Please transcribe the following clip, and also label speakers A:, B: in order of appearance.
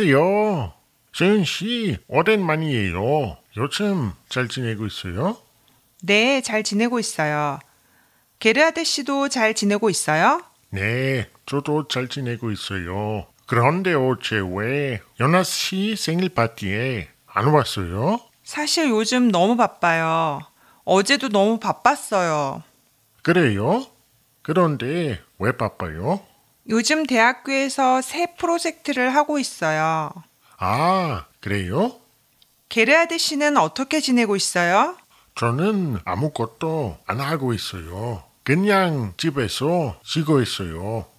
A: 여보세요. 재은 씨, 오랜만이에요. 요즘 잘 지내고 있어요?
B: 네, 잘 지내고 있어요. 게르하데 씨도 잘 지내고 있어요?
A: 네, 저도 잘 지내고 있어요. 그런데 어제 왜 연아 씨 생일 파티에 안 왔어요?
B: 사실 요즘 너무 바빠요. 어제도 너무 바빴어요.
A: 그래요? 그런데 왜 바빠요?
B: 요즘 대학교에서 새 프로젝트를 하고 있어요.
A: 아, 그래요?
B: 게르하데 씨는 어떻게 지내고 있어요?
A: 저는 아무것도 안 하고 있어요. 그냥 집에서 쉬고 있어요.